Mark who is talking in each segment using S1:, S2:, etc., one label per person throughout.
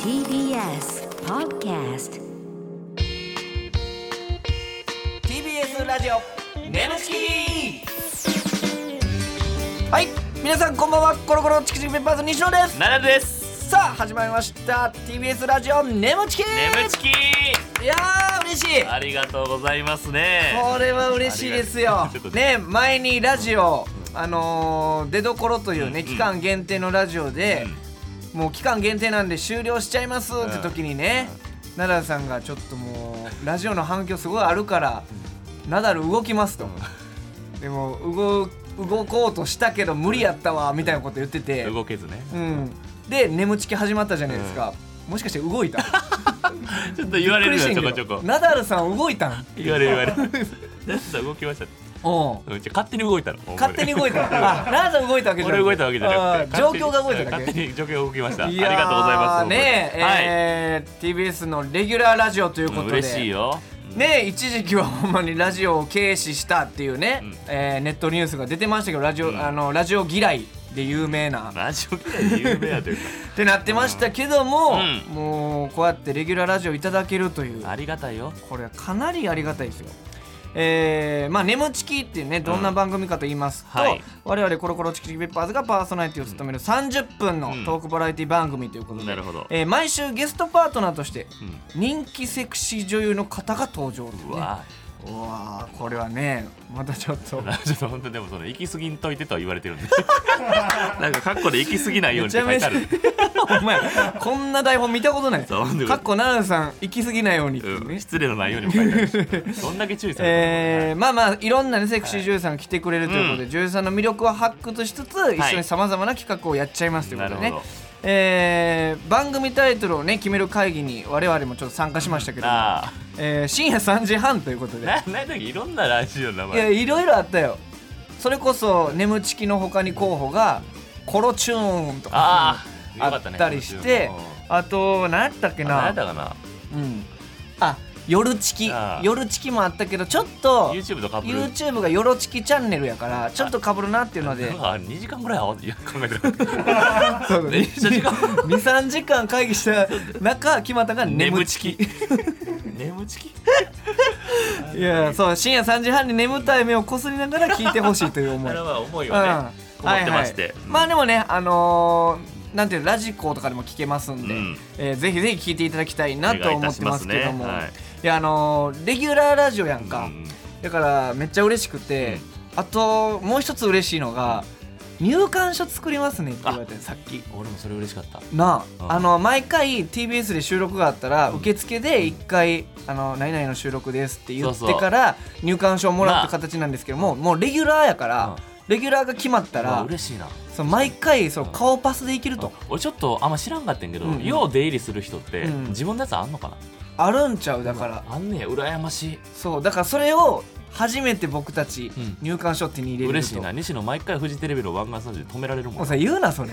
S1: TBS Podcast
S2: TBS ラジオネムチキはい皆さんこんばんはコロコロチキチキペッパーズ西野です
S3: ナダルです
S2: さあ始まりました TBS ラジオネムチキ
S3: 眠ちき
S2: いやー嬉しい
S3: ありがとうございますね
S2: これは嬉しいですよ
S3: ありがとう
S2: ね前にラジオあのー出どころというね期間限定のラジオでもう期間限定なんで終了しちゃいますって時にねナダルさんがちょっともうラジオの反響すごいあるからナダル動きますとでも動動こうとしたけど無理やったわみたいなこと言ってて
S3: 動けずね
S2: うんで眠ちき始まったじゃないですかもしかして動いた
S3: ちょっと 言われるよち
S2: びっ
S3: ょこちょ
S2: くりしてんけど
S3: こ
S2: ナダルさん動いたん
S3: 言われる言われるだって動きまし
S2: う
S3: た
S2: ん
S3: うんじゃあ勝手に動いたの
S2: 勝手に動いたあラーザ動いたわけじゃなく
S3: 俺
S2: て
S3: 動いたわけじゃなくて
S2: あー状況が動いただ
S3: 勝
S2: け
S3: 手に状況が動きましたあり
S2: やー
S3: がとうございます
S2: ねえ、
S3: はい
S2: えー TBS のレギュラーラジオという
S3: う
S2: こと
S3: ん
S2: で
S3: 嬉しいよ
S2: ねえ一時期はほんまにラジオを軽視したっていうね、えーネットニュースが出てましたけどラジオ、
S3: ん
S2: あのラジオ嫌いで有名な
S3: ラジオ界で有名やという
S2: ってなってましたけども、
S3: うん
S2: もうこうやってレギュラーラジオいただけるという
S3: かありがたいよ
S2: これはかなりありがたいですよ。えー、まあ「ネムチキ」っていうねどんな番組かと言いますと、
S3: はい
S2: 我々コロコロチキチキペッパーズがパーソナリティを務める30分の
S3: うん
S2: トークバラエティ番組ということで、
S3: なるほど
S2: えー毎週ゲストパートナーとして人気セクシー女優の方が登場というね、
S3: わ
S2: うわーこれはねまたちょっと
S3: ちょっと本当にでもその行き過ぎんといてとは言われてるんでなんかカッコで行き過ぎないようにって書いてある
S2: めお前こんな台本見たことないです
S3: そうほんで
S2: かっこ奈良さん行き過ぎないようにっていうね、
S3: うん失礼のないようにも書いてあるしどんだけ注意されてるの
S2: えーまあまあいろんな、ね、セクシー女優さんが来てくれるということで、女優さんの魅力を発掘しつつ、一緒にさまざまな企画をやっちゃいますということで
S3: な
S2: ね
S3: るほど、
S2: えー番組タイトルをね決める会議に我々もちょっと参加しましたけども、
S3: あ
S2: えー深夜3時半ということで
S3: ななんだっけいろんなラジオの名
S2: いや
S3: 前
S2: いろいろあったよそれこそ「眠ちき」の他に候補が「コロチューン」とか
S3: ああよ
S2: あ
S3: か
S2: っ
S3: ったね
S2: たりしてあと何やったっけ
S3: あ
S2: な
S3: 何やったかな
S2: うん、あ夜チキ
S3: あー
S2: 夜チキもあったけどちょっと
S3: YouTube とカップル
S2: YouTube が夜チキチャンネルやからちょっとかぶるなっていう ので
S3: なんか2時間ぐらい合わいや 考えてる
S2: そう
S3: めっちゃ時間
S2: 23時間会議した中決まったのが眠
S3: 眠
S2: チ
S3: ち
S2: キ
S3: き 眠ちき
S2: いやそう深夜3時半に眠たい目をこすりながら聞いてほしいという 思
S3: か
S2: い、う
S3: ら
S2: ん
S3: は重いよ
S2: は
S3: ね
S2: い
S3: 思ってまし
S2: はい
S3: て
S2: まあでもねあのーなんていうのラジコとかでも聞けますんで、
S3: うん
S2: えーぜひぜひ聞いていただきたいなと思ってますけども
S3: お
S2: い
S3: 願いいたしますねはい
S2: やあのーレギュラーラジオやんか、
S3: うん
S2: だからめっちゃ嬉しくて、あともう一つ嬉しいのが入館書作りますねって言われてさっき
S3: 俺もそれ嬉しかった
S2: なあ
S3: うん
S2: あの毎回 TBS で収録があったら受付で一回「あの何々の収録です」って言っ
S3: そう
S2: て
S3: そう
S2: から入館証をもらった
S3: なあ
S2: 形なんですけどももうレギュラーやから
S3: うん
S2: レギュラーが決まった
S3: うわ
S2: ら
S3: 嬉しいな
S2: その毎回その顔パスでいけると
S3: 俺ちょっとあんま知らんかったんやけど、
S2: うんうん
S3: よう出入りする人って、
S2: うん
S3: 自分のやつあんのかな
S2: あるんちゃうだから
S3: あんねや羨ましい
S2: そうだからそれを初めて僕たち
S3: うん
S2: 入館証手に入れれる
S3: 嬉し
S2: と
S3: いな西野毎回フジテレビの湾岸スタジオで止められるもん
S2: もうさ言うなそれ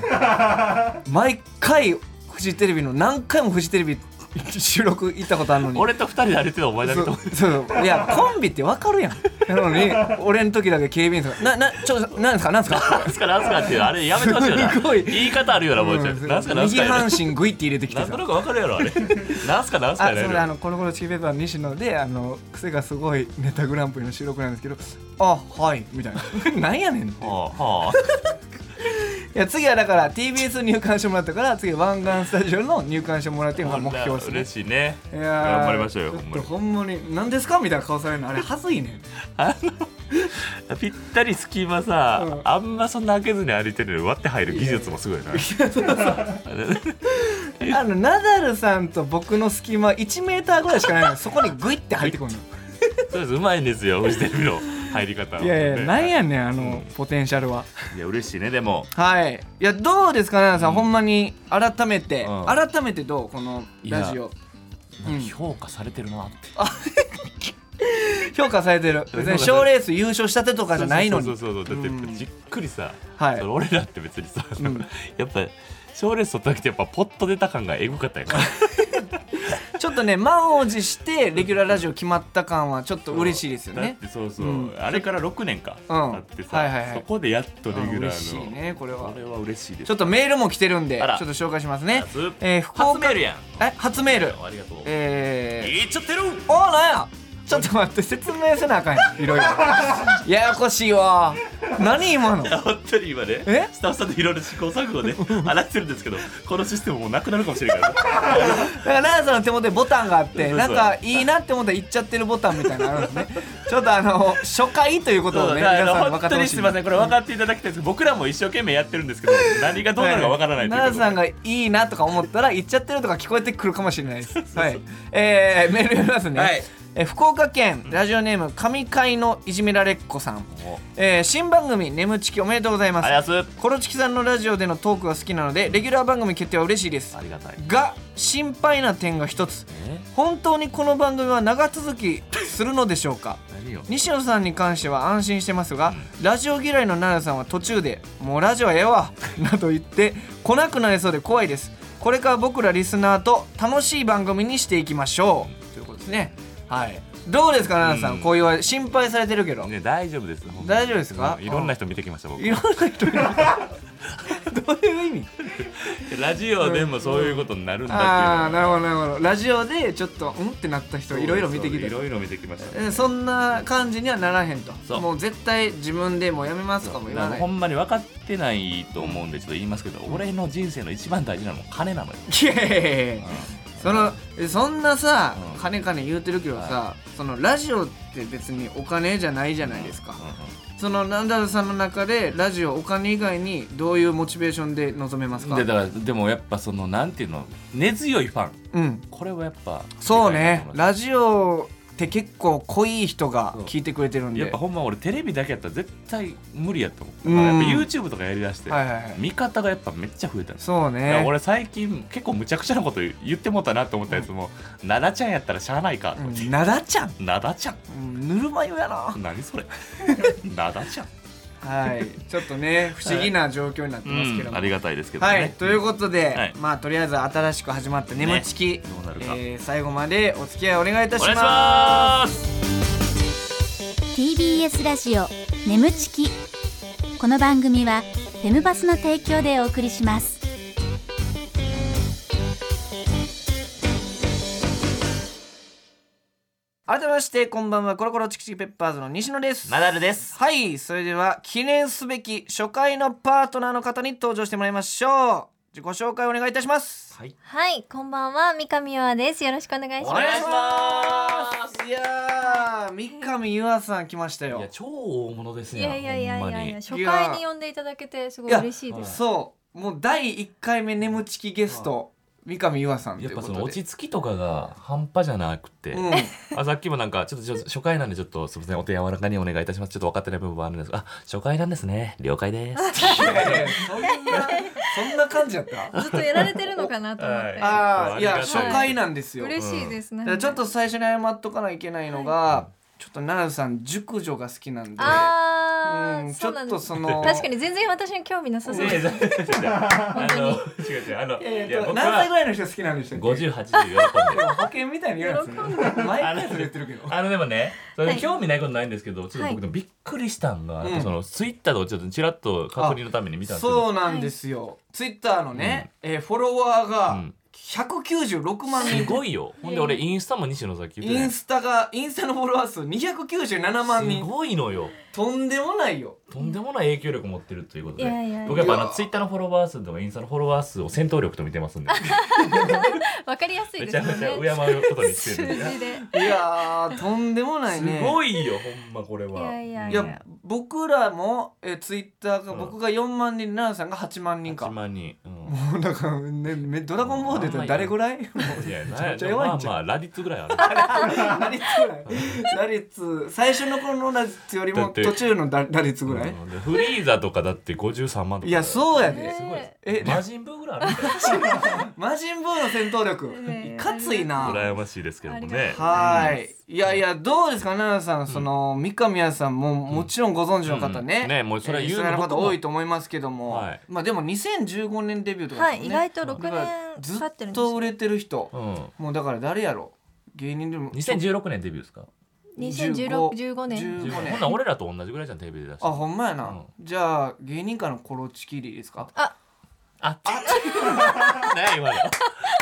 S2: 毎回フジテレビの何回もフジテレビ収録行ったことあるのに
S3: 俺と二人で歩いてたお前だけ
S2: そ
S3: と
S2: うそういやコンビってわかるやんなのに俺の時だけ警備員さんが「ななちょなんですかなんですか?
S3: なんすかなんすかっていうあれやめてほしいよな
S2: すごい
S3: 言い方あるよなもうちょい
S2: うん
S3: なんすかなんす
S2: 右
S3: かや
S2: 半
S3: ね
S2: 身グイって入れてき
S3: な
S2: て
S3: んと
S2: さ
S3: なくわかるやろあれなんすかなんすか
S2: あ
S3: やね
S2: それあのこの頃チキペーパーの西野であの癖がすごいネタグランプリの収録なんですけど「あはい」みたいな なんやねんってい
S3: はあは
S2: や次はだから TBS 入館してもらったから次は湾岸スタジオの入館してもらうっていうの
S3: あ
S2: が目標ですね
S3: 嬉しいね
S2: いやー
S3: 頑張りましょうよ
S2: ちょ
S3: ほ
S2: っ
S3: んま
S2: と
S3: に
S2: ほんまに何ですかみたいな顔されるのあれ恥ずいねん
S3: ぴったり隙間さ、
S2: うん
S3: あんまそんな開けずに歩いてるのに割って入る技術もすごいな
S2: あのナダルさんと僕の隙間1メーターぐらいしかないのにそこにグイって入って くるの
S3: そうですうまいんですよフジテレビの入り方はい
S2: やいやなんや
S3: ね
S2: ねんあのポテンシャルはい
S3: や嬉しいねでも
S2: はいいやどうですかナダルさんほんまに改めて
S3: うん
S2: 改めてどうこのラジオうん
S3: 評価されてるなって
S2: 評価されて る別に賞レース優勝したてとかじゃないの
S3: そ
S2: に
S3: うそうそうそうだ
S2: う
S3: っ
S2: ん
S3: てじっくりさ、
S2: はい
S3: その俺らって別にさ、
S2: ん
S3: やっぱ賞レース取った時ってやっぱポッと出た感がエグかったやんか
S2: ちょっとね満を持してレギュラーラジオ決まった感はちょっと 嬉しいですよ
S3: だっ
S2: ね
S3: てそうそう、
S2: うん
S3: あれから6年か、
S2: うん
S3: あってさ、
S2: はいはいはい
S3: そこでやっとレギュラーの
S2: あ嬉しいねこれは
S3: れは嬉しいです
S2: ちょっとメールも来てるんでちょ
S3: あ
S2: っと
S3: ら
S2: 紹介しますね
S3: 初
S2: えー福岡
S3: 初メールやん
S2: え初メール
S3: ありがとう、
S2: えー
S3: 言っちゃってる
S2: おーなんやちょっと待って説明せなあかんやんいろいろややこしいわ何今の
S3: 本当に今ね
S2: え
S3: スタッフさんといろいろ試行 錯誤で話してるんですけどこのシステムもうなくなるかもしれないから
S2: だから奈良さんの手元にボタンがあって
S3: そう
S2: なんかいいなって思ったら行っちゃってるボタンみたいなのあるんですねちょっとあの初回ということを
S3: そう
S2: ね
S3: だか
S2: 皆さ
S3: ら
S2: ん分かって
S3: 本当
S2: ほ
S3: に
S2: しい
S3: すみませんこれ分かっていただきたいんですけど僕らも一生懸命やってるんですけど何がどうなるか分からないというこ
S2: は奈
S3: とで
S2: 良さんがいいなとか思ったら行っちゃってるとか聞こえてくるかもしれない ですはいえーメール読みますね、
S3: はい
S2: えー福岡県ラジオネーム神会のいじめられっ子さん、
S3: お
S2: えー新番組「眠ちき」おめでとうございます
S3: あやす
S2: コロチキさんのラジオでのトークが好きなのでレギュラー番組決定は嬉しいです
S3: ありがたい
S2: が心配な点が一つ
S3: え
S2: 本当にこの番組は長続きするのでしょうか
S3: 何よ
S2: 西野さんに関しては安心してますがラジオ嫌いの奈良さんは途中で「もうラジオはええわ」 など言って来なくなりそうで怖いですこれから僕らリスナーと楽しい番組にしていきましょうということですねはいどうですか奈良さん、
S3: うん
S2: こういう心配されてるけど、
S3: ね大丈夫です本当に
S2: 大丈夫ですか
S3: うんいろんな人見てきました僕
S2: いろんな人いる どういう意味
S3: ラジオでもそういうことになるんだっていうのは
S2: ああなるほどなるほどラジオでちょっとうんってなった人いろいろ見てき
S3: そうそうい
S2: て
S3: ろいろ見てきました
S2: えそんな感じにはならへんと
S3: そう
S2: もう絶対自分でもうやめますとかも言わ
S3: だか
S2: な
S3: ら
S2: い
S3: ほんまに分かってないと思うんでちょっと言いますけど、俺の人生の一番大事なのは金なのよ、
S2: いやいやいやいやそのえそんなさ
S3: うん
S2: 金金言うてるけどさそのラジオって別にお金じゃないじゃないですか
S3: うんうん
S2: そのナダルさんの中でラジオお金以外にどういうモチベーションで臨めますか
S3: でだからでもやっぱそのなんていうの根強いファン
S2: うん
S3: これはやっぱ
S2: そうね
S3: でかいなと思います
S2: ラジオって結構濃い人が聞いてくれてるんで
S3: やっぱほんま俺テレビだけやったら絶対無理やと思う、
S2: うん
S3: まあやっぱ YouTube とかやりだして、
S2: はいはいはい
S3: 見方がやっぱめっちゃ増えたんです
S2: そう
S3: だか
S2: ね
S3: ら俺最近結構むちゃくちゃなこと言ってもうたなと思ったやつも「なだちゃんやったらしゃあないか」と思って
S2: なだちゃん、
S3: 「なだちゃん
S2: うん、ぬるま湯やな
S3: 何それ なだちゃん」
S2: はいちょっとね不思議な状況になってますけど
S3: う
S2: も、
S3: んありがたいですけどね、
S2: はいということで、
S3: はい
S2: まあとりあえず新しく始まった「眠ちき、
S3: どうなるか
S2: えー最後までお付き合いお願いいたし
S3: お
S2: ま
S3: 願
S2: す
S3: いします
S1: TBS ラジオ眠ちきこの番組はフェムバスの提供でお送りします
S2: 改めましてこんばんはコロコロチキチキペッパーズの西野です
S3: ナダルです
S2: はいそれでは記念すべき初回のパートナーの方に登場してもらいましょう自己紹介お願いいたします
S3: はい
S4: はい、こんばんは、三上和です。よろしくお願いします。
S3: お願いします
S2: いやー三上優愛さん来ました
S3: い
S2: よ
S3: や超大物です
S4: い
S3: ね
S4: やいやいやい
S3: ほんま
S4: やい
S3: に
S4: や、初回に呼んでいただけて、すごい嬉しいです。
S2: そうもう第1回目眠ちきゲスト三上優愛さんとい
S3: やっ
S2: う
S3: ぱ
S2: こと
S3: そ
S2: で
S3: の落ち着きとかが半端じゃなくて、
S2: うん
S3: あさっきもなんかちょっとちょ初回なんでちょっとすみませんお手柔らかにお願いいたしますちょっと分かってない部分もあるんですがあ初回なんですね了解です
S2: いやいやそんなそんな感じやった
S4: ずっとやられてるのかなと思っ て。
S2: ああいや
S3: ありが
S2: 初
S3: たい
S2: 回なんですよ
S4: 嬉しいですね。
S2: だからちょっと最初に謝っとかないといけないのが、ちょっと奈良さん熟女が好きなんでう
S4: ああ、
S2: んち
S4: そ
S2: ょ
S4: うな
S2: っ
S4: んで
S2: と
S4: す。
S2: その
S4: 確かに全然私に興味なさそうです。
S3: あの違う違うあの、
S2: え
S3: い
S2: ー
S3: や
S2: と
S3: 僕
S2: 何歳
S3: は
S2: ぐらいの人好きなんでしたっけ
S3: 五十八で喜んでる
S2: 保険みたいに言うんですね毎回それ言ってるけど
S3: あのでもね、それ
S4: はい
S3: 興味ないことないんですけど、ちょっと
S4: はい
S3: 僕でもびっくりしたんが、やっぱ
S2: うん
S3: そのツイッターとかちょっとちらっと確認のために見たんですけど、
S2: そうなんですよ、ツイッターのね、えーフォロワー
S3: う
S2: が
S3: ん
S2: 196万人、
S3: すごいよ。ほんで俺インスタも西野さっき言って
S2: イ
S3: たやん
S2: ンスタがインスタのフォロワー数297万
S3: す
S2: 人
S3: ごいのよ。
S2: とんでもないよ
S3: とんでもない影響力持ってるということで、
S4: いやいやいや
S3: 僕やっぱあのツイッターのフォロワー数とかインスタのフォロワー数を戦闘力と見てますんで、
S4: わかりやすい
S3: め
S4: で
S3: ち
S4: す
S3: ゃ
S4: よ
S3: めちゃ敬
S4: ね。
S3: うことにして
S4: 数
S3: るんで。
S4: 字で。
S2: いやーとんでもない
S3: す
S2: ね
S3: ごいよ、ほんまこれは。
S4: いやいや
S2: い
S4: い
S2: や僕らもえツイッターが
S3: うん
S2: 僕が4万人奈良さんが8万人か
S3: 1
S2: も
S3: 万人。うん
S2: うなんかねめドラゴンボールで言ったら誰ぐらいもう
S3: いや、
S2: ちゃ
S3: な
S2: めちゃ
S3: でも
S2: 弱い
S3: ま
S2: ん
S3: あ
S2: ちゃう
S3: まあラディッツぐらい ある。だ
S2: 打率ぐらい打率最初の頃の打率より
S3: だ
S2: も
S3: って
S2: 途中の打打率ぐらい
S3: うんでフリーザとかだって53万とか。
S2: いやそうや
S4: ね
S2: です
S3: ごいです。
S2: え
S3: 魔人ブーぐらいある。
S2: 魔人ブーの戦闘力
S4: いやいや
S2: いかついな
S3: 羨ましいですけども
S4: あり
S3: ね
S4: が。
S2: はいいやいやどうですか奈良さんその三上屋さんももちろんご存知の方
S3: うん
S2: ね
S3: ねもうそれは
S2: えー
S3: 言う
S2: リスナー
S3: の
S2: の
S3: 僕
S2: 方
S3: も
S2: 多いと思いますけども
S3: はい
S2: まあでも2015年デビビューとか
S4: は
S2: ですもん
S4: い、意
S2: ね、
S4: 外と6
S2: だから
S4: 年経って
S2: ずっ
S4: るんです
S2: と
S4: よ
S2: 売れてる人
S3: うん。
S2: もうだから誰やろ芸人でも
S3: 2016年デビューですか。
S4: 2016 15年
S2: 15
S3: ほんなら俺らと同じぐらいじゃんテレビで出して。
S2: あほんまやな、
S3: うん
S2: じゃあ芸人からのコロチキリですか
S3: あ、 ない今の。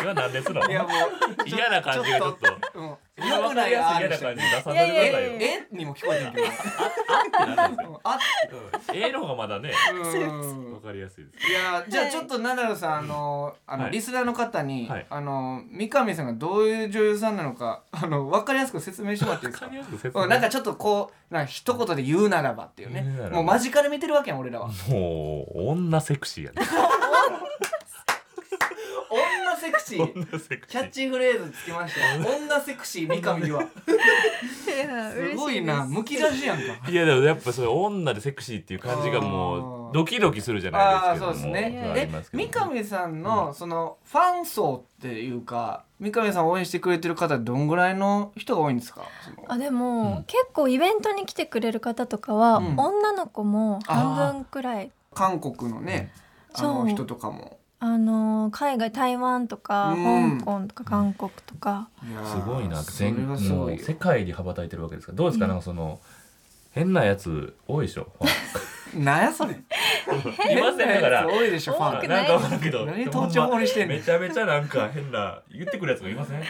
S3: 今なんですの。
S2: いやも うちょ
S3: 嫌な感じがちょっと。
S2: うんよく
S3: わか
S2: な
S3: り
S2: い
S3: やす
S2: あ
S3: い嫌
S2: る
S3: な
S2: し
S3: 感じ出さないでくださいよ。
S2: ええにも聞こえてんけどうんあ
S3: うんええの方がまだね。
S2: うん
S3: わかりやすいです。
S2: いやじゃあちょっとナダルさんあのあの、
S3: はい
S2: リスナーの方に、
S3: はい
S2: あの三上さんがどういう女優さんなのかあの分かりやすく説明してもらっていいですかうんなんかちょっとこうなんか一言で言うならばっていうね
S3: 言うならば
S2: もう間近で見てるわけやん俺らは
S3: もう女セクシーやね。
S2: 女セクシー
S3: 女セクシ
S2: キャ
S3: ー
S2: ッ。チフレーズつきましたよ女セクシー三上優愛
S4: いや
S2: す
S4: 嬉しです
S2: ごいなむき出しやんか
S3: いやでもやっぱそれ女でセクシーっていう感じがも
S2: あー
S3: うドキドキするじゃな
S2: ああ
S3: いです
S2: そう
S3: けども。
S2: ですね
S3: は。いあ
S2: え
S3: りますけど
S2: 三上さんのそのファン層っていうか三上さんを応援してくれてる方どんぐらいの人が多いんですか。その
S4: あでも、
S3: うん
S4: 結構イベントに来てくれる方とかは、
S2: うん
S4: 女の子も半分くらい
S2: 韓国のねあ
S4: そ
S2: の
S4: う
S2: 人とかも。
S4: あのー海外台湾とか、
S2: うん
S4: 香港とか韓国とか、
S2: や
S3: す
S2: ー
S3: ごいな
S2: それ
S3: 全
S2: はすご
S3: もう
S2: いよ。
S3: 世界に羽ばたいてるわけですからどうですか、なんかその変なやつ多いでしょ フ
S2: なんやそれ。
S3: ァンいませんだか
S2: 変なやつ
S3: ら
S2: 多いでしょファ
S4: 多く
S2: ン。
S4: ない
S3: んかわかるけど
S2: 何統治法にしてんねん
S3: めちゃめちゃなんか変な言ってくるやつがいません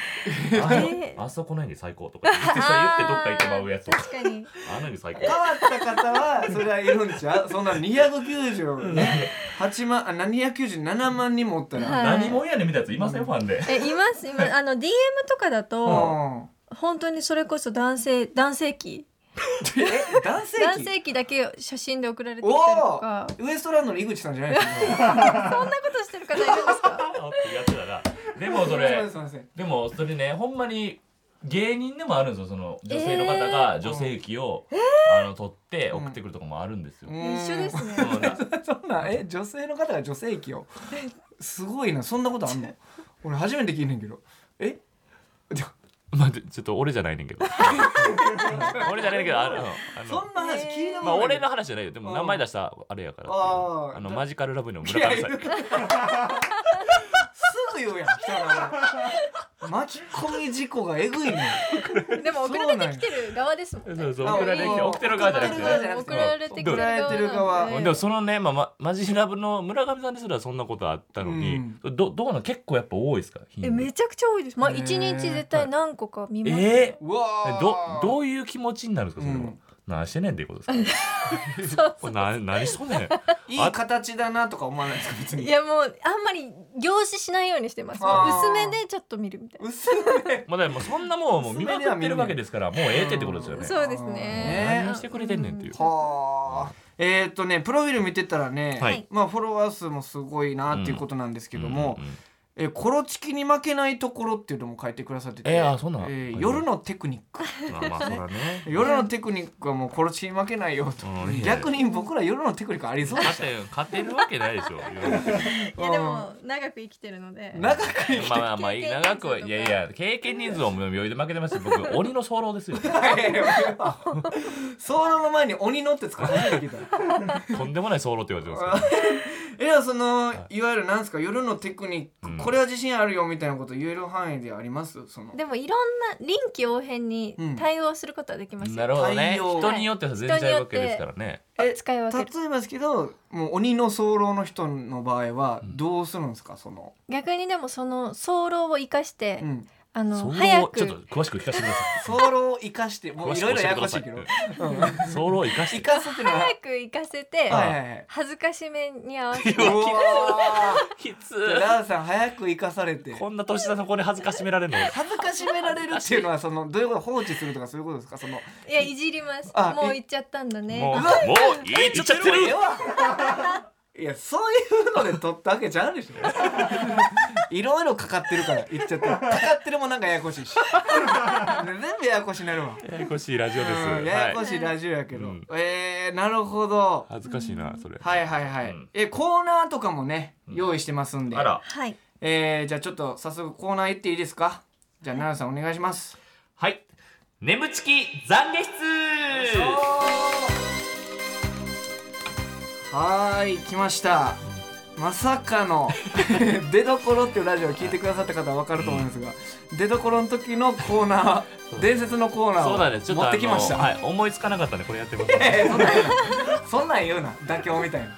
S4: え
S3: ああそこの演技最高とか言ってさ言ってどっか行ってまうやつとか
S4: 確かに
S3: あの演技最高
S2: 変わった方はそれはいるんちゃう。そんな二百九十八万あ二百九十七万人もおったら。
S4: はい
S3: 何もんやねんみたいなやついませんファ ンで
S4: えいますいますあの DM とかだ
S2: う
S4: と
S2: ん。
S4: 本当にそれこそ男性男性器
S2: え男性器。
S4: 男性器だけ写真で送られてきたりとか
S2: ウエストランドの井口さんじゃないですか。
S4: そんなことしてる方いるんですか
S3: あってやってたらでもそ
S2: すいませ
S3: れ
S2: んすいません。
S3: でもそれねほんまに芸人でもあるんですよその女性の方が女性器を、あの取って送ってくるとかもあるんですよ、
S4: 一緒ですね
S3: そうなんです
S2: そんなえ女性の方が女性器をすごいなそんなことあんの俺初めて聞いてんけどえじゃ
S3: 待ってちょっと俺じゃないねんけど 俺じゃないねんけどあのあ
S2: そ
S3: の
S2: んな話聞いたことない、
S3: まあ俺の話じゃないよでも名前出したあれやからっていう
S2: あー
S3: あのマジカルラブの村上さん
S2: いやすぐ言うやん人の名前巻き込み事故がえぐいね
S4: でも送られてきてる側ですもん
S3: そうそう
S2: あ
S3: 送られてきて
S2: 俺も
S3: 送ってる側じゃなくて
S2: 送ってる側じゃ
S3: ね
S2: なくて
S4: 送られてきてる
S2: 送られてる側
S4: 側なん
S3: で
S4: で
S3: もそのね、まあま、マジラブの村上さんですらそんなことあったのに、どどうなの結構やっぱ多いですか頻
S4: え
S3: 度
S4: めちゃくちゃ多いです。まあ
S2: へー
S4: 一日絶対何個か見ます。
S3: え
S2: うわ
S3: ー
S2: ー
S3: どどういう気持ちになるんですかそれ
S2: う
S3: は、
S2: ん
S3: 何してんねんっていうことですか
S4: そう
S3: これ何何しとんねん
S2: いい形だなとか思わないですか別
S4: い
S2: に
S4: やもうあんまり凝視しないようにしてます。
S2: あー
S4: 薄めでちょっと見るみたい
S2: 薄め
S3: まあでもそんなもんもう見まくってるわけですからもうええってってことですよ
S4: な。
S3: ね
S4: そうですね。
S3: 何をしてくれてんねんっていう、
S2: はあえーっとねプロフィール見てたらね、
S3: はい
S2: まあフォロワー数もすごいなっていうことなんですけども、
S3: うんうんうん
S2: えーコロチキに負けないところっていうのも書いてくださってて、
S3: えーあそうなん
S2: えー夜のテクニック
S3: まあまあそらね
S2: 夜のテクニックはもうコロチキに負けないよと、
S3: うんいや
S2: 逆に僕ら夜のテクニックあり そうで
S3: 勝
S2: した
S3: て勝てるわけないでしょ。
S4: いやでも長く生きてるので。
S2: 長く生き
S3: まあ
S2: て
S3: まあまあ長くはいやいや経験人数を余裕で負けてますし僕鬼の早漏ですよ。
S2: ソウルの前に鬼のって使わないできた
S3: とんでもない早漏って言われ てますか
S2: えでもそのいわゆるなんですか夜のテクニック、
S3: うん
S2: これは自信あるよみたいなこと言える範囲でありますその
S4: でもいろんな臨機応変に対応することはできま
S3: ら。
S4: すよ。
S3: なるほどね。
S2: 太陽
S3: 人によっては全然違うわけですからね。
S2: え
S4: 使い分ける。
S2: 例えばですけどもう鬼の早漏の人の場合はどうするんですかその、
S4: 逆にでもその早漏を生かして、
S2: うん、
S4: あの
S3: 早
S4: 早
S3: 漏
S4: く
S3: ちょっと詳しく聞かせてくだ
S2: 早漏を生かしても
S3: さ
S2: う
S3: い。
S2: いろいろややこしいけど、
S3: 詳
S2: うん、
S3: く教えてください早漏を生かし
S2: 生
S3: て。
S2: かすっていうのは
S4: 早く生かせて
S2: はいはいはい
S4: 恥ずかしめに合わせて。
S2: うわ
S3: きつ
S2: ー
S3: ー。
S2: ラーさん早く生かされて
S3: こんな年下の子に恥ずかしめられるの。
S2: 恥ずかしめられるっていうのはそのどういうこと放置するとかそういうことですかその
S4: いやいじります
S2: あ。
S4: もう
S2: い
S4: 行っちゃったんだね。
S3: もうもういいっちゃって
S2: これ
S3: る。
S2: はいやそういうので取ったわけじゃないでしょいろいろかかってるから言っちゃってかかってるもなんかややこしいし全部ややこしになるわ
S3: ややこしいラジオです。
S2: うんやや
S3: は
S2: こ
S3: い。
S2: しいラジオやけど、
S3: うん
S2: えー、なるほど
S3: 恥ずかしいなそれ。
S2: はいはいはい、
S3: うん
S2: えコーナーとかもね用意してますんで、
S3: あら。
S4: はい。
S2: えー、じゃあちょっと早速コーナー行っていいですかじゃあ奈良さんお願いします
S3: はい。眠ちき懺悔室。
S2: はーい来ましたまさかの 出どころっていうラジオを聞いてくださった方は分かると思いますが、出どころの時のコーナー伝説のコーナ
S3: そうなんですち
S2: ー
S3: ょ
S2: を持
S3: っと
S2: ってきました、
S3: あのはい、思いつかなかったんでこれやってます
S2: えーそんなん言うなそんなん言うな妥協みたいな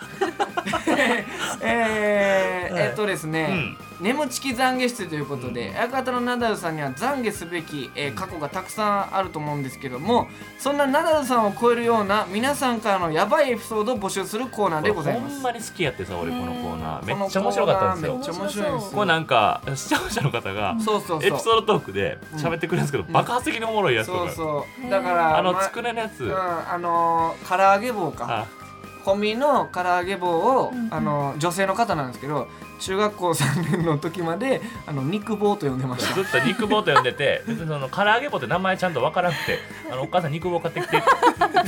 S2: えー、えっとですね、眠ちき懺悔室ということで、親方のナダルさんには懺悔すべき、えー過去がたくさんあると思うんですけどもそんなナダルさんを超えるような皆さんからのヤバいエピソードを募集するコーナーでございま
S3: ほん
S2: す
S3: まに好きやってさ俺このコーナー
S2: こ
S3: め
S2: の
S3: っちゃ面白かったんです
S2: コーナーめ
S3: よ
S2: っちゃ面白いんです
S3: これなんか視聴者の方が
S2: そうそうそう
S3: エピソードトークで喋ってくれるんですけど
S2: ん
S3: 爆発的におもろいやつと
S2: そう
S3: か
S2: そう
S4: へー
S2: だから
S3: あの
S2: ま
S3: 作れのやつ
S2: うん、あのー、唐揚げ棒か
S3: あ
S2: コンビニの唐揚げ棒を、
S4: うんうん
S2: あの女性の方なんですけど中学校3年の時まであの肉棒と呼んでま した
S3: ずっと肉棒と呼んでて別にその唐揚げ棒って名前ちゃんとわからなくてあのお母さん肉棒買ってきてあ
S2: うん
S3: ん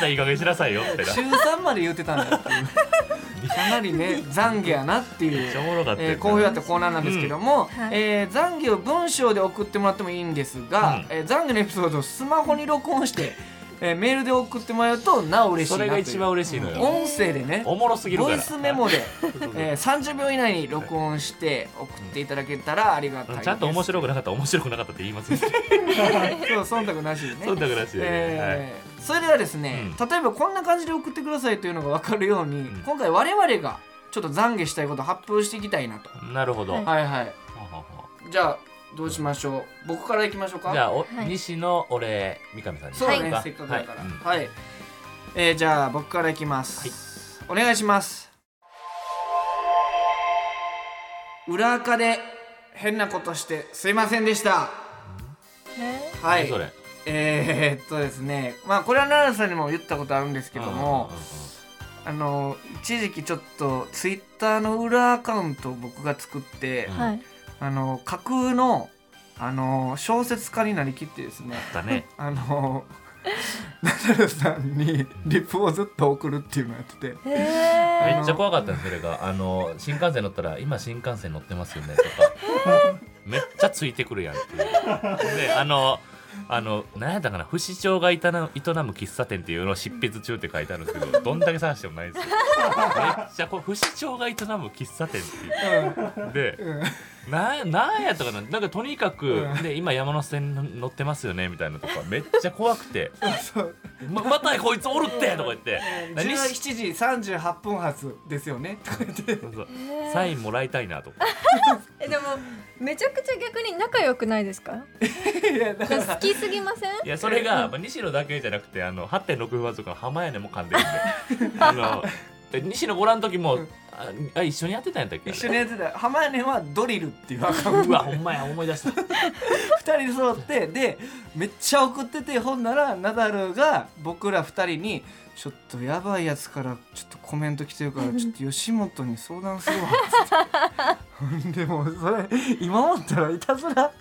S3: たいい加減にしなさいよってな
S2: 中3まで言ってたんだっていうかなりね懺悔やなってい
S3: めっちゃお
S2: う。
S3: もろかったよ
S2: えー、好評だったコーナーなんですけども、
S4: うんはい
S2: えー懺悔を文章で送ってもらってもいいんですが、
S3: うん
S2: えー懺悔のエピソードをスマホに録音して、えーメールで送ってもらうとなお嬉しいな
S3: そ
S2: という
S3: れが一番嬉しいのよ
S2: 音声でね
S3: おもろすぎるか
S2: ボ
S3: ら
S2: イスメモで、えー、30秒以内に録音して送っていただけたらありがたいです
S3: ちゃんと面白くなかったら面白くなかったって言いますね
S2: そう忖度なしでね
S3: そんたくらしいよねはい
S2: えーそれではですね、例えばこんな感じで送ってくださいというのが分かるように、
S3: ん
S2: 今回我々がちょっと懺悔したいことを発表していきたいなと、
S3: なるほど
S4: はい
S2: はいはい
S3: ははは
S2: じゃあどうしましょう僕からいきましょうか
S3: じゃあ、お
S4: はい
S3: 西のお礼三上さんに
S2: そうだね、
S3: はい
S2: せっかくだからは
S3: は
S2: い
S3: うん
S2: い、えーじゃあ僕からいきます、お願いします裏垢で変なことしてすいませんでした
S4: ね
S2: は
S3: 何
S2: い
S3: それ
S2: えー、っとですねまあこれは奈良さんにも言ったことあるんですけども、
S3: うんうんうん
S2: あの一時期ちょっとツイッターの裏アカウントを僕が作って、
S3: うん
S4: はい
S2: あの架空のあの小説家になりきってですね
S3: だね
S2: あのナダルさんにリプをずっと送るっていうのをやってて
S4: え
S3: めっちゃ怖かったんですそれがあの新幹線乗ったら今新幹線乗ってますよねとかめっちゃついてくるやんっていうであのあの何やったかな不死鳥が営む営む喫茶店っていうのを執筆中って書いてあるんですけどどんだけ探してもないんですよめっちゃこれ不死鳥が営む喫茶店っていうで
S2: うん
S3: ななんやったかななんかとにかく、
S2: うん
S3: で今山手線の乗ってますよねみたいなとかめっちゃ怖くて
S2: そう
S3: ままたこいつおるってとか言って何し
S2: 17時38分発ですよねとか言って
S3: そうそうサインもらいたいなとか
S4: えでもめちゃくちゃ逆に仲良くないですか
S2: いやだから
S4: 好きすぎません
S3: いやそれが、まあ、西野だけじゃなくてあの8.6分とか浜屋根も噛んでる んであので西野ご覧の時も、ああ一緒にやってたんやったっけ
S2: 一緒にやってた浜根はドリルっていうアカウント
S3: うわほんまや思い出した
S2: 2人揃ってでめっちゃ送っててほんならナダルが僕ら2人に「ちょっとやばいやつからちょっとコメント来てるからちょっと吉本に相談するわ」っつってでもそれ今思ったらいたずら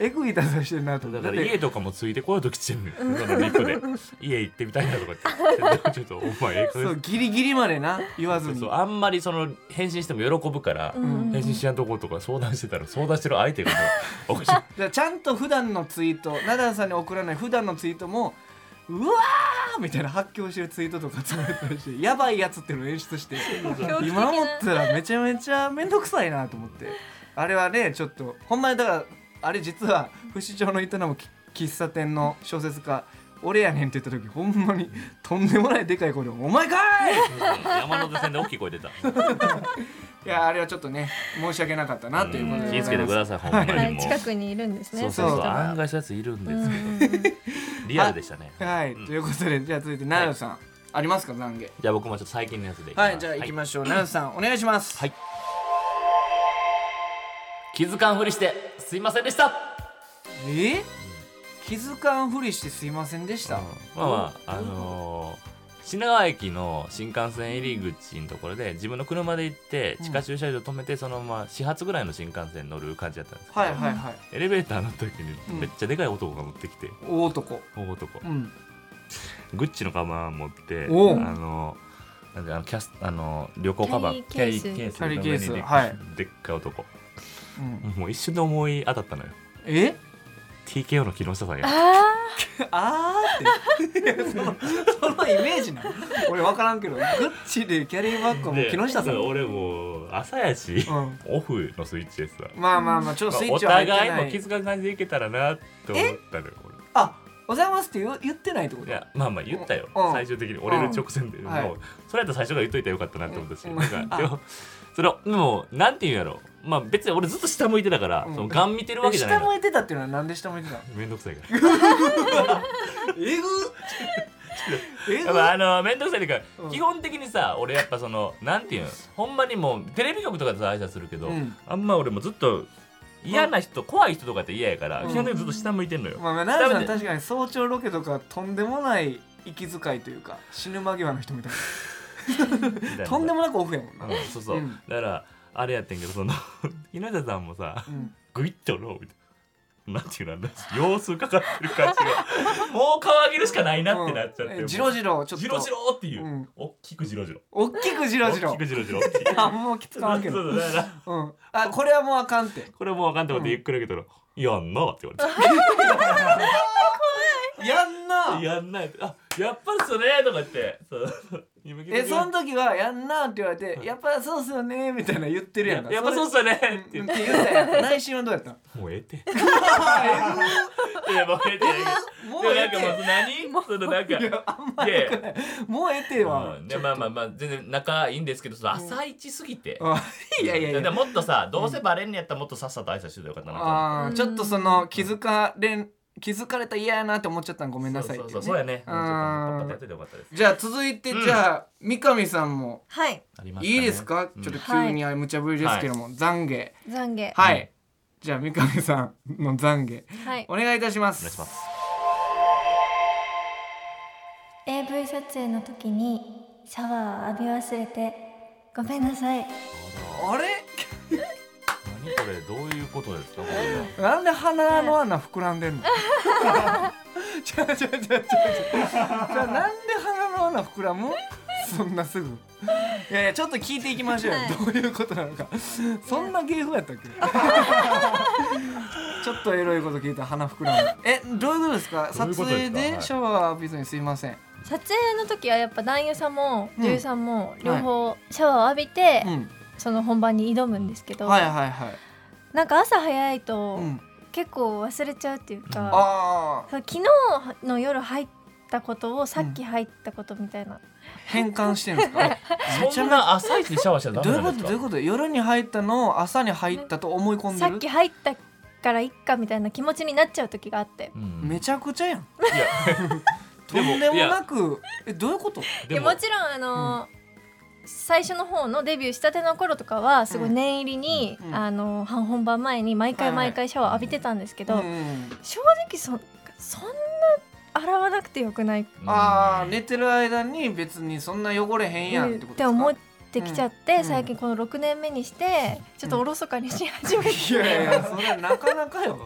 S2: えぐいいたずらしてるなと思
S3: だ
S2: っ
S3: か
S2: て
S3: ら家とかもついてこようときてるのよそのリ プで家行ってみたいなとか言ってちょっとお前ええ加減
S2: そうギリギリまでな言わず
S3: そう
S2: に
S3: そうあんまりその返信しても喜ぶから、
S4: うん
S3: 返信しやんとことか相談してたら相談してる相手がもうおかしい
S2: だからちゃんと普段のツイートナダルさんに送らない普段のツイートも「うわー!」みたいな発狂してるツイートとか集めたりしてやばいやつっていうのを演出して
S4: そう
S2: 今思ったらめちゃめちゃ面倒くさいなと思ってあれはねちょっとほんまにだからあれ実は不死鳥の営む喫茶店の小説家俺やねんって言った時ほんまにとんでもないでかい声で「お前かい!」
S3: 山手線で大きい声出た
S2: いやあれはちょっとね申し訳なかったなということで
S3: 気
S2: ご
S3: ぃつ
S2: ざい
S3: けて
S2: ま
S3: く
S2: す
S3: ださいほんまにもう、
S4: はい近くにいるんですね
S3: そうそうそう
S2: そう
S3: 案外そういうやついるんですけ
S4: うんうん
S3: どリアルでしたね
S2: はい、ということでじゃあ続いて奈良さん、ありますか懺悔
S3: じゃあ僕もちょっと最近のやつでいきます
S2: はいじゃあ行きましょう奈良さんお願いします
S3: はい気づかんふりしてすいませんでした
S2: え気づかんふりしてすいませんでした、
S3: まあまああのー品川駅の新幹線入り口のところで自分の車で行って地下駐車場止めてそのまま始発ぐらいの新幹線に乗る感じだったんですけど、
S2: はいはいはい
S3: エレベーターの時に
S2: うん
S3: めっちゃでかい男が乗ってきて、
S2: 大男
S3: 大男
S2: うん
S3: グッチのカバン持ってあ
S2: おう
S3: のなんかあのキャスあの旅行カバン
S4: キャリーケース
S2: キャリーケース
S3: の上にで
S2: はい
S3: でっかい男
S2: うん、
S3: もう一瞬で思い当たったのよ
S2: え
S3: TKO の木下さんや
S4: あ
S2: あーっていやそのそのイメージなの俺分からんけどグッチでキャリーバッグはもう木下さん
S3: で俺もう朝やし、
S2: ん
S3: オフのスイッチでさ、
S2: まあまあまあちょっとスイッ
S3: お
S2: チは入って
S3: 互い
S2: な
S3: も気
S2: い
S3: づかん感じでいけたらなって思ったのよ俺
S2: あおざいますって言う言ってないってこと
S3: いやまあまあ言ったよ、
S2: うん
S3: 最終的に折れる直線で、
S2: ん
S3: もう、
S2: はい
S3: それやったら最初から言っといたらよかったなって思ったし、
S2: うん
S3: なんかでもそれでもなんて言うんやろまあ別に俺ずっと下向いてたから、
S2: うん
S3: そのガン見てるわ
S2: え
S3: けじゃない
S2: 下
S3: の
S2: 向いてたっていうのはなんで下向いてたの
S3: めんどくさいから
S2: えぐえ
S3: やっぱあのめんどくさいっていうか、
S2: うん
S3: 基本的にさ俺やっぱそのなんていうんほんまにもうテレビ局とかでさ挨拶するけど、
S2: うん
S3: あんま俺もずっと嫌な人、怖い人とかって嫌やから、
S2: うん
S3: 基本的にずっと下向いてんのよ、
S2: まあまあ奈良さん
S3: 下向いて
S2: 確かに早朝ロケとかとんでもない息遣いというか死ぬ間際の人みたい
S3: みたいな
S2: な
S3: さ
S2: とんでもなくオフやもんな、
S3: うんそうそう、
S2: うん
S3: だからあれやってんけどその 木下さんもさ
S2: うん
S3: グイッとローみたいな。なんていうのあの様子かかってる感じ がもう顔上げるしかないなってなっちゃって、
S2: うんえジロジロちょっと
S3: ジロジロっていう、
S2: うん
S3: 大きくジロジロ
S2: おっきくジロジ
S3: 大
S2: ロ
S3: きくジロジロっ ていう
S2: あもうきつかんけ
S3: そう
S2: ど
S3: そうだから
S2: うんあこれはもうあかんって
S3: これもうあかんってことでゆっくりあげたら「やんな」って言われ
S2: やんな
S3: て「やんな」って「あやっぱりっすね」とか言ってそう今聞いて
S2: え
S3: くれ
S2: その時は「やんな」って言われて「やっぱそうっすよね」みたいな言ってるやんか
S3: やっぱそうっすよね
S2: れ
S3: って
S2: う
S3: 言
S2: ん
S3: っ
S2: ってて言ったやん内心はどうやったの
S3: もうええっていやもうええって
S2: もう
S3: でも
S2: ええ
S3: な
S2: っ
S3: んかもう何そのなんか
S2: ていやあんまよくないもうええっては
S3: うんでまあまあまあ全然仲いいんですけどその朝一すぎて、
S2: あいやいやい
S3: で
S2: や
S3: もっとさどうせバレんねやったらもっとさっさと挨拶してたらよかったなと思って
S2: あーちょっとその気づかれん気づかれたら嫌やなって思っちゃったんごめんなさいって
S3: そ
S2: ね
S3: うそうそうそうやね
S2: う
S3: ち
S2: ん
S3: ょっとパッパとやっててよかったです
S2: じゃあ続いて
S3: うん
S2: じゃあ三上さんも
S4: はい
S3: ありましたね
S2: いいですか
S3: うん
S2: ちょっと急にあれ無茶ぶりですけども懺悔
S4: 懺悔
S2: は
S3: うん
S2: いじゃあ三上さんの懺悔
S4: はい
S2: お願いいたしま
S3: お願いし
S2: す
S3: ます
S4: AV 撮影の時にシャワーを浴び忘れてごめんなさい
S2: あれ
S3: 何これどういうことですかこ
S2: なんで鼻の穴膨らん でんのちゃうちゃうちゃうちゃうちゃうじゃあなんで鼻の穴膨らむそんなすぐいやいやちょっと聞いていきましょうよ、
S4: はい
S2: どういうことなのかそんな芸風や ったっけちょっとエロいこと聞いたら鼻膨らむえどういうことですか
S3: どういう
S2: 撮
S3: ことです
S2: 影
S3: か
S2: で
S3: はい
S2: シャワー浴びずにすいません、
S4: 撮影の時はやっぱ男優さんも
S2: うん
S4: 女優さんも両方シャワーを浴びて、
S2: うん、
S4: その本番に挑むんですけど、
S2: はいはいはい、
S4: なんか朝早いと、
S2: うん、
S4: 結構忘れちゃうっていうか、
S2: あー
S4: そう昨日の夜入ったことをさっき入ったことみたいな、
S2: 変換してるんです かめち
S3: れそ
S2: ゃ
S3: ん
S2: めちゃ
S3: な朝一でシャワーしたら
S2: ど
S3: ダ
S2: う
S3: メ
S2: いうこ
S3: なん
S2: とど
S3: です
S2: う
S3: か
S2: いうこと夜に入ったのを朝に入ったと思い込んで
S4: さ
S2: る
S4: っき入ったからいっかみたいな気持ちになっちゃう時があって
S3: うん
S2: めちゃくちゃやん
S3: いや
S2: とんでもなくえどういうこと
S4: で
S3: で
S4: も
S3: も
S4: ちろんあのー最初の方のデビューしたての頃とかはすごい念入りに、
S2: うんうん
S4: あのー本番前に毎
S2: は
S4: 回
S2: いはい
S4: 毎回シャワー浴びてたんですけど、
S2: うん
S4: 正直そそんな洗わなくてよくないっ
S2: ああ寝てる間に別にそんな汚れへんやんってことです
S4: て
S2: か
S4: 思ってきちゃって、
S2: うん
S4: 最近この6年目にしてちょっとおろそかにし始めて、
S2: いやいやそれはなかなかよ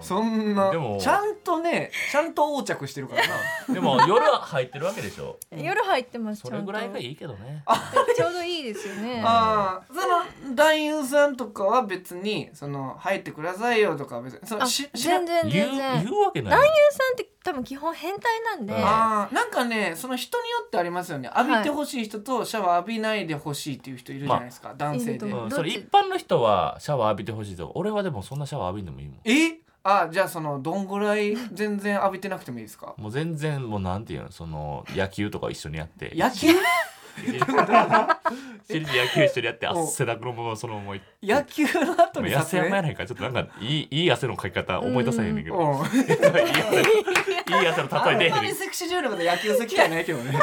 S3: そ
S2: そんな
S3: でも
S2: ちゃんとねちゃんと横着してる からな
S3: でも夜は入ってるわけでしょ
S2: うん
S4: 夜入ってます
S3: そ
S4: ちゃ
S3: れ
S4: ん
S3: ぐ
S4: と
S3: らいがいいけどね
S4: ちょうどいいですよね
S2: あーその男優さんとかは別にその入ってくださいよとかは別にその
S4: あ
S2: し知ら
S4: 全然
S3: 言う
S4: 全然
S3: 言うわけない
S4: 男優さんって多分基本変態なんで、
S3: うん
S2: あーなんかねその人によってありますよね浴びてほしい人とシャワー浴びないでほしいっていう人いるじゃないですか、男性
S4: いると
S2: で
S4: 思
S3: うん
S4: どっち
S3: それ一般の人はシャワー浴びてほしいとか俺はでもそんなシャワー浴びんでもいいもん
S2: えあじゃあそのどんぐらい全然浴びてなくてもいいですか
S3: もう全然もうなんていうのその野球とか一緒にや って
S2: 野球
S3: シリーズ野球一緒にやって汗だくのままそのまま行って
S2: 野球の後
S3: もう
S2: に
S3: 痩せ
S2: 撮
S3: やま
S2: 影
S3: やないからちょっとなんかいいいい汗のかき方思い出さへんねんけどいい
S2: うん
S3: 汗の
S2: あ
S3: 例
S2: ん
S3: え出えへ
S2: ま
S3: んね
S2: り
S3: んけ
S2: セクシー女優のこと野球好きじゃないけどね
S3: ど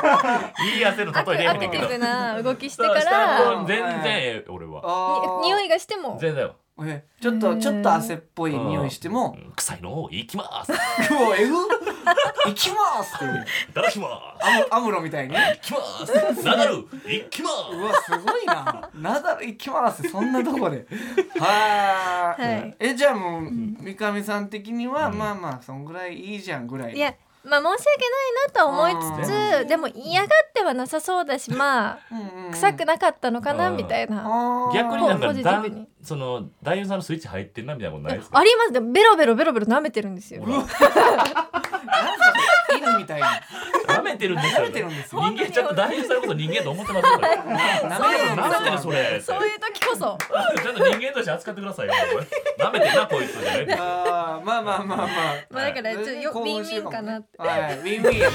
S3: いい汗の例え出えへ
S4: ア
S3: ん
S4: ク
S3: ね
S4: テ
S3: んけど
S4: ィブな動きしてか
S3: した
S4: ら
S3: らもう全然ええ俺は
S2: あー
S4: に匂いがしても
S3: 全然よ
S2: えちょっとちょっと汗っぽい匂いしても
S3: うん臭いのを行きま
S2: 「
S3: す
S2: うおえぐ行きます」っていう
S3: いただきま
S2: アムアムロみたいに「
S3: す行き ます流る行きま
S2: うわすごいなナダル行きます」そんなとこではー
S4: はい
S2: えじゃあもう三上さん的には、まあまあそんぐらいいいじゃんぐらいの
S4: いやまあ申し訳ないなとは思いつ
S2: う
S4: つでも嫌がってはなさそうだしまあ臭くなかったのかなみたいな
S3: 逆になんか
S4: ポジテ
S3: だ
S4: ィブに
S3: んその男優さんのスイッチ入ってんなみたいなことないですか
S4: ありますでもベロベロベロベロ舐めてるんですよ
S3: ほら
S2: 犬みたいに
S3: 舐めてるんですよ
S2: 舐めてるんです
S3: 人
S2: よ
S3: 間ちゃんと男優さんのこと人間と思ってますよこれ
S2: 舐
S4: めてる
S3: 舐めてるそれ
S4: そういう時こそ
S3: ちゃんと人間として扱ってくださいよこれ舐めてんなこいつじゃない
S2: あーまあまあまあまあ
S4: まあだからちょっとよ
S2: 興
S4: ビ
S2: 奮
S4: ンウ
S2: してる
S4: ィンかなって
S2: もねはいウィンウィン勝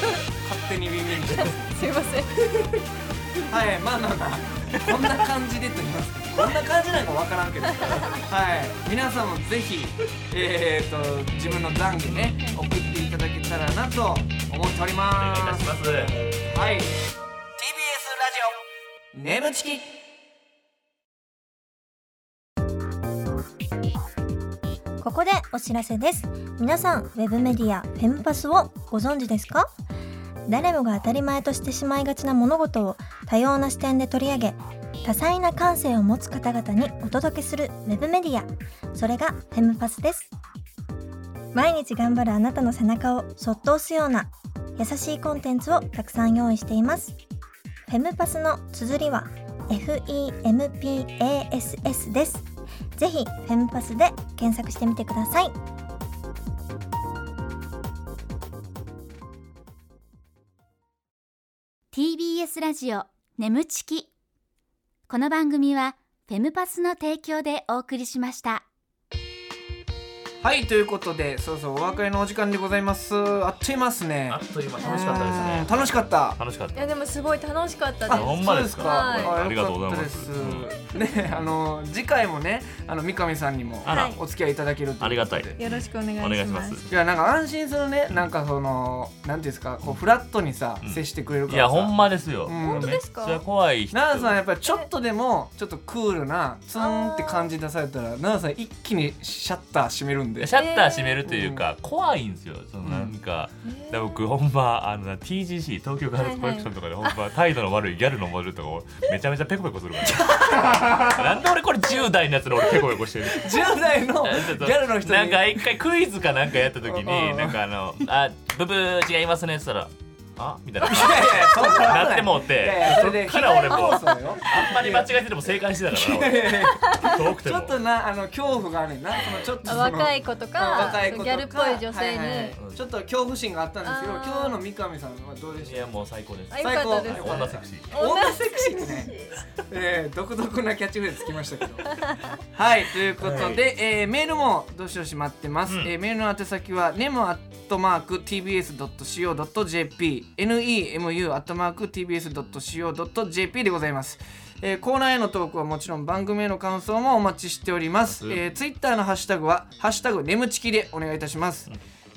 S2: 手にウィンウィンにしてます
S4: すいません
S2: はいまあまあまあこんな感じでと言いますこんな感じなんかわから んけどはい皆さんもぜひえー、と自分の懺悔ね送っていただけたらなと思っており
S3: お願いい
S2: ま
S3: た
S2: す
S3: します
S2: はい TBS ラジオ眠ちき
S5: ここでお知らせです皆さんウェブメディアフェムパスをご存知ですか誰もが当たり前としてしまいがちな物事を多様な視点で取り上げ多彩な感性を持つ方々にお届けするウェブメディアそれがフェムパスです毎日頑張るあなたの背中をそっと押すような優しいコンテンツをたくさん用意していますフェムパスの綴りは FEMPASS ですぜひフェムパスで検索してみてください
S1: ー TBS ラジオ眠ちきこの番組はフェムパスの提供でお送りしました
S2: はいということでそうそうお別れのお時間でございますあっという間っすね
S3: あっという間楽しかったで
S2: う
S3: す
S2: ん
S3: ね
S2: 楽しかった
S3: 楽しかっ
S4: い
S3: た
S4: やでもすごい楽しかった
S2: あ
S4: です
S3: ほんまですか
S4: はい
S3: ありがとうございます
S2: よかったですね、あの次回もね、あの三上さんにも
S3: あら
S4: はい
S2: お付き合いいただけるということで
S3: ありがたい
S4: よろしくお願いし
S3: お願いしま
S4: ますす
S2: いやなんか安心するね、なんかそのなんていうんですか、こうフラットにさ、
S3: うん
S2: 接してくれるか
S3: い
S2: らさ。
S3: やほんまですよ
S2: うん本当
S4: ですか
S3: めっちゃ怖い人
S2: 奈良さんやっぱりちょっとでもちょっとクールなツンって感じ出されたら奈良さん一気にシャッター閉めるんで
S3: シャッター閉めるというか、怖いんですよ。そのなんか、
S4: えー
S3: で僕ほんまあのな TGC 東京ガールズコレクションとかでほんま態度の悪いギャルのモデルとかをめちゃめちゃペコペコする から。なんで俺これ10代のやつの俺ペコペコしてる。
S2: 10代 のギャルの人に
S3: なんか一回クイズかなんかやった時
S2: う
S3: に
S2: ん
S3: なんかあのあブブー違いますねって言ったらあみたいな。
S2: いやいやそんなことい
S3: なってもうて
S2: いやいやそれで
S3: そっから俺も
S2: 被害妄想よ
S3: あんまり間違えてても正解してたから
S2: いやいやいや
S3: 俺遠くて
S2: ちょ
S3: も
S2: っ。となあの恐怖があるなそのちょっとその
S4: 若い子とか
S2: 若い子と
S4: ギ
S2: か
S4: ャルっぽい女性に、
S2: はいはいちょっと恐怖心があったんですけど
S4: あー
S2: 今日の三上さんはどうでし
S3: い
S2: た
S3: やもう最高です
S4: あ。よかったです
S2: 最高
S3: 女セクシー。
S2: 女セクシーってね、 えー、独特なキャッチフレーズつきましたけどはいということで、えーメールもどしどし待ってます、
S3: うん
S2: えーメールの宛先は nemu.tbs.co.jp nemu.tbs.co.jp でございますえーコーナーへのトークはもちろん番組への感想もお待ちしております、
S3: うん
S2: えー、ツイッターのハッシュタグは「ハッシュタグ眠チキ」でお願いいたします、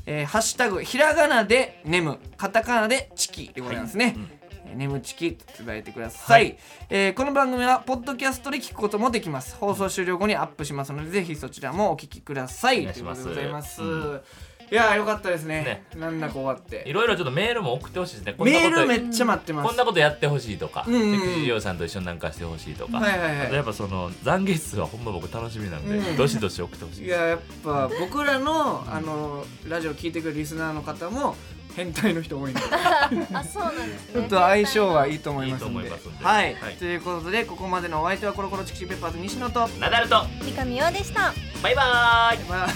S2: えーハッシュタグひらがなでネムカタカナでチキでございますね、えーネムチキとつぶやいてください、えーこの番組はポッドキャストで聞くこともできます放送終了後にアップしますのでぜひそちらもお聞きください
S3: お願いします
S2: ということでございます、
S3: うん
S2: いやーよかったですね
S3: ね
S2: なんだか終わって
S3: いろいろちょっとメールも送ってほしいですね。こんな
S2: メ
S3: こ
S2: ー
S3: と
S2: ルめっちゃ待ってます、
S3: こんなことやってほしいとか、
S2: うんうんうん
S3: セクシー業さんと一緒になんかしてほしいとか、
S2: はいはいはい
S3: あとやっぱその懺悔室はほんま僕楽しみなんで、
S2: うん
S3: どしどし送ってほしい
S2: い
S3: です。
S2: ややっぱ僕らのあのラジオ聞いてくるリスナーの方も変態の人多いん で
S4: あそうなんです
S2: ち
S4: ね
S2: ょっと相性はいいと思いますん
S3: いい
S2: で
S3: と思いますんで
S2: はい、
S3: はい
S2: ということでここまでのお相手はコロコロチキシーペッパーズ西野と
S3: ナダルと
S5: 三上洋でした
S3: バイバーイ
S2: まあ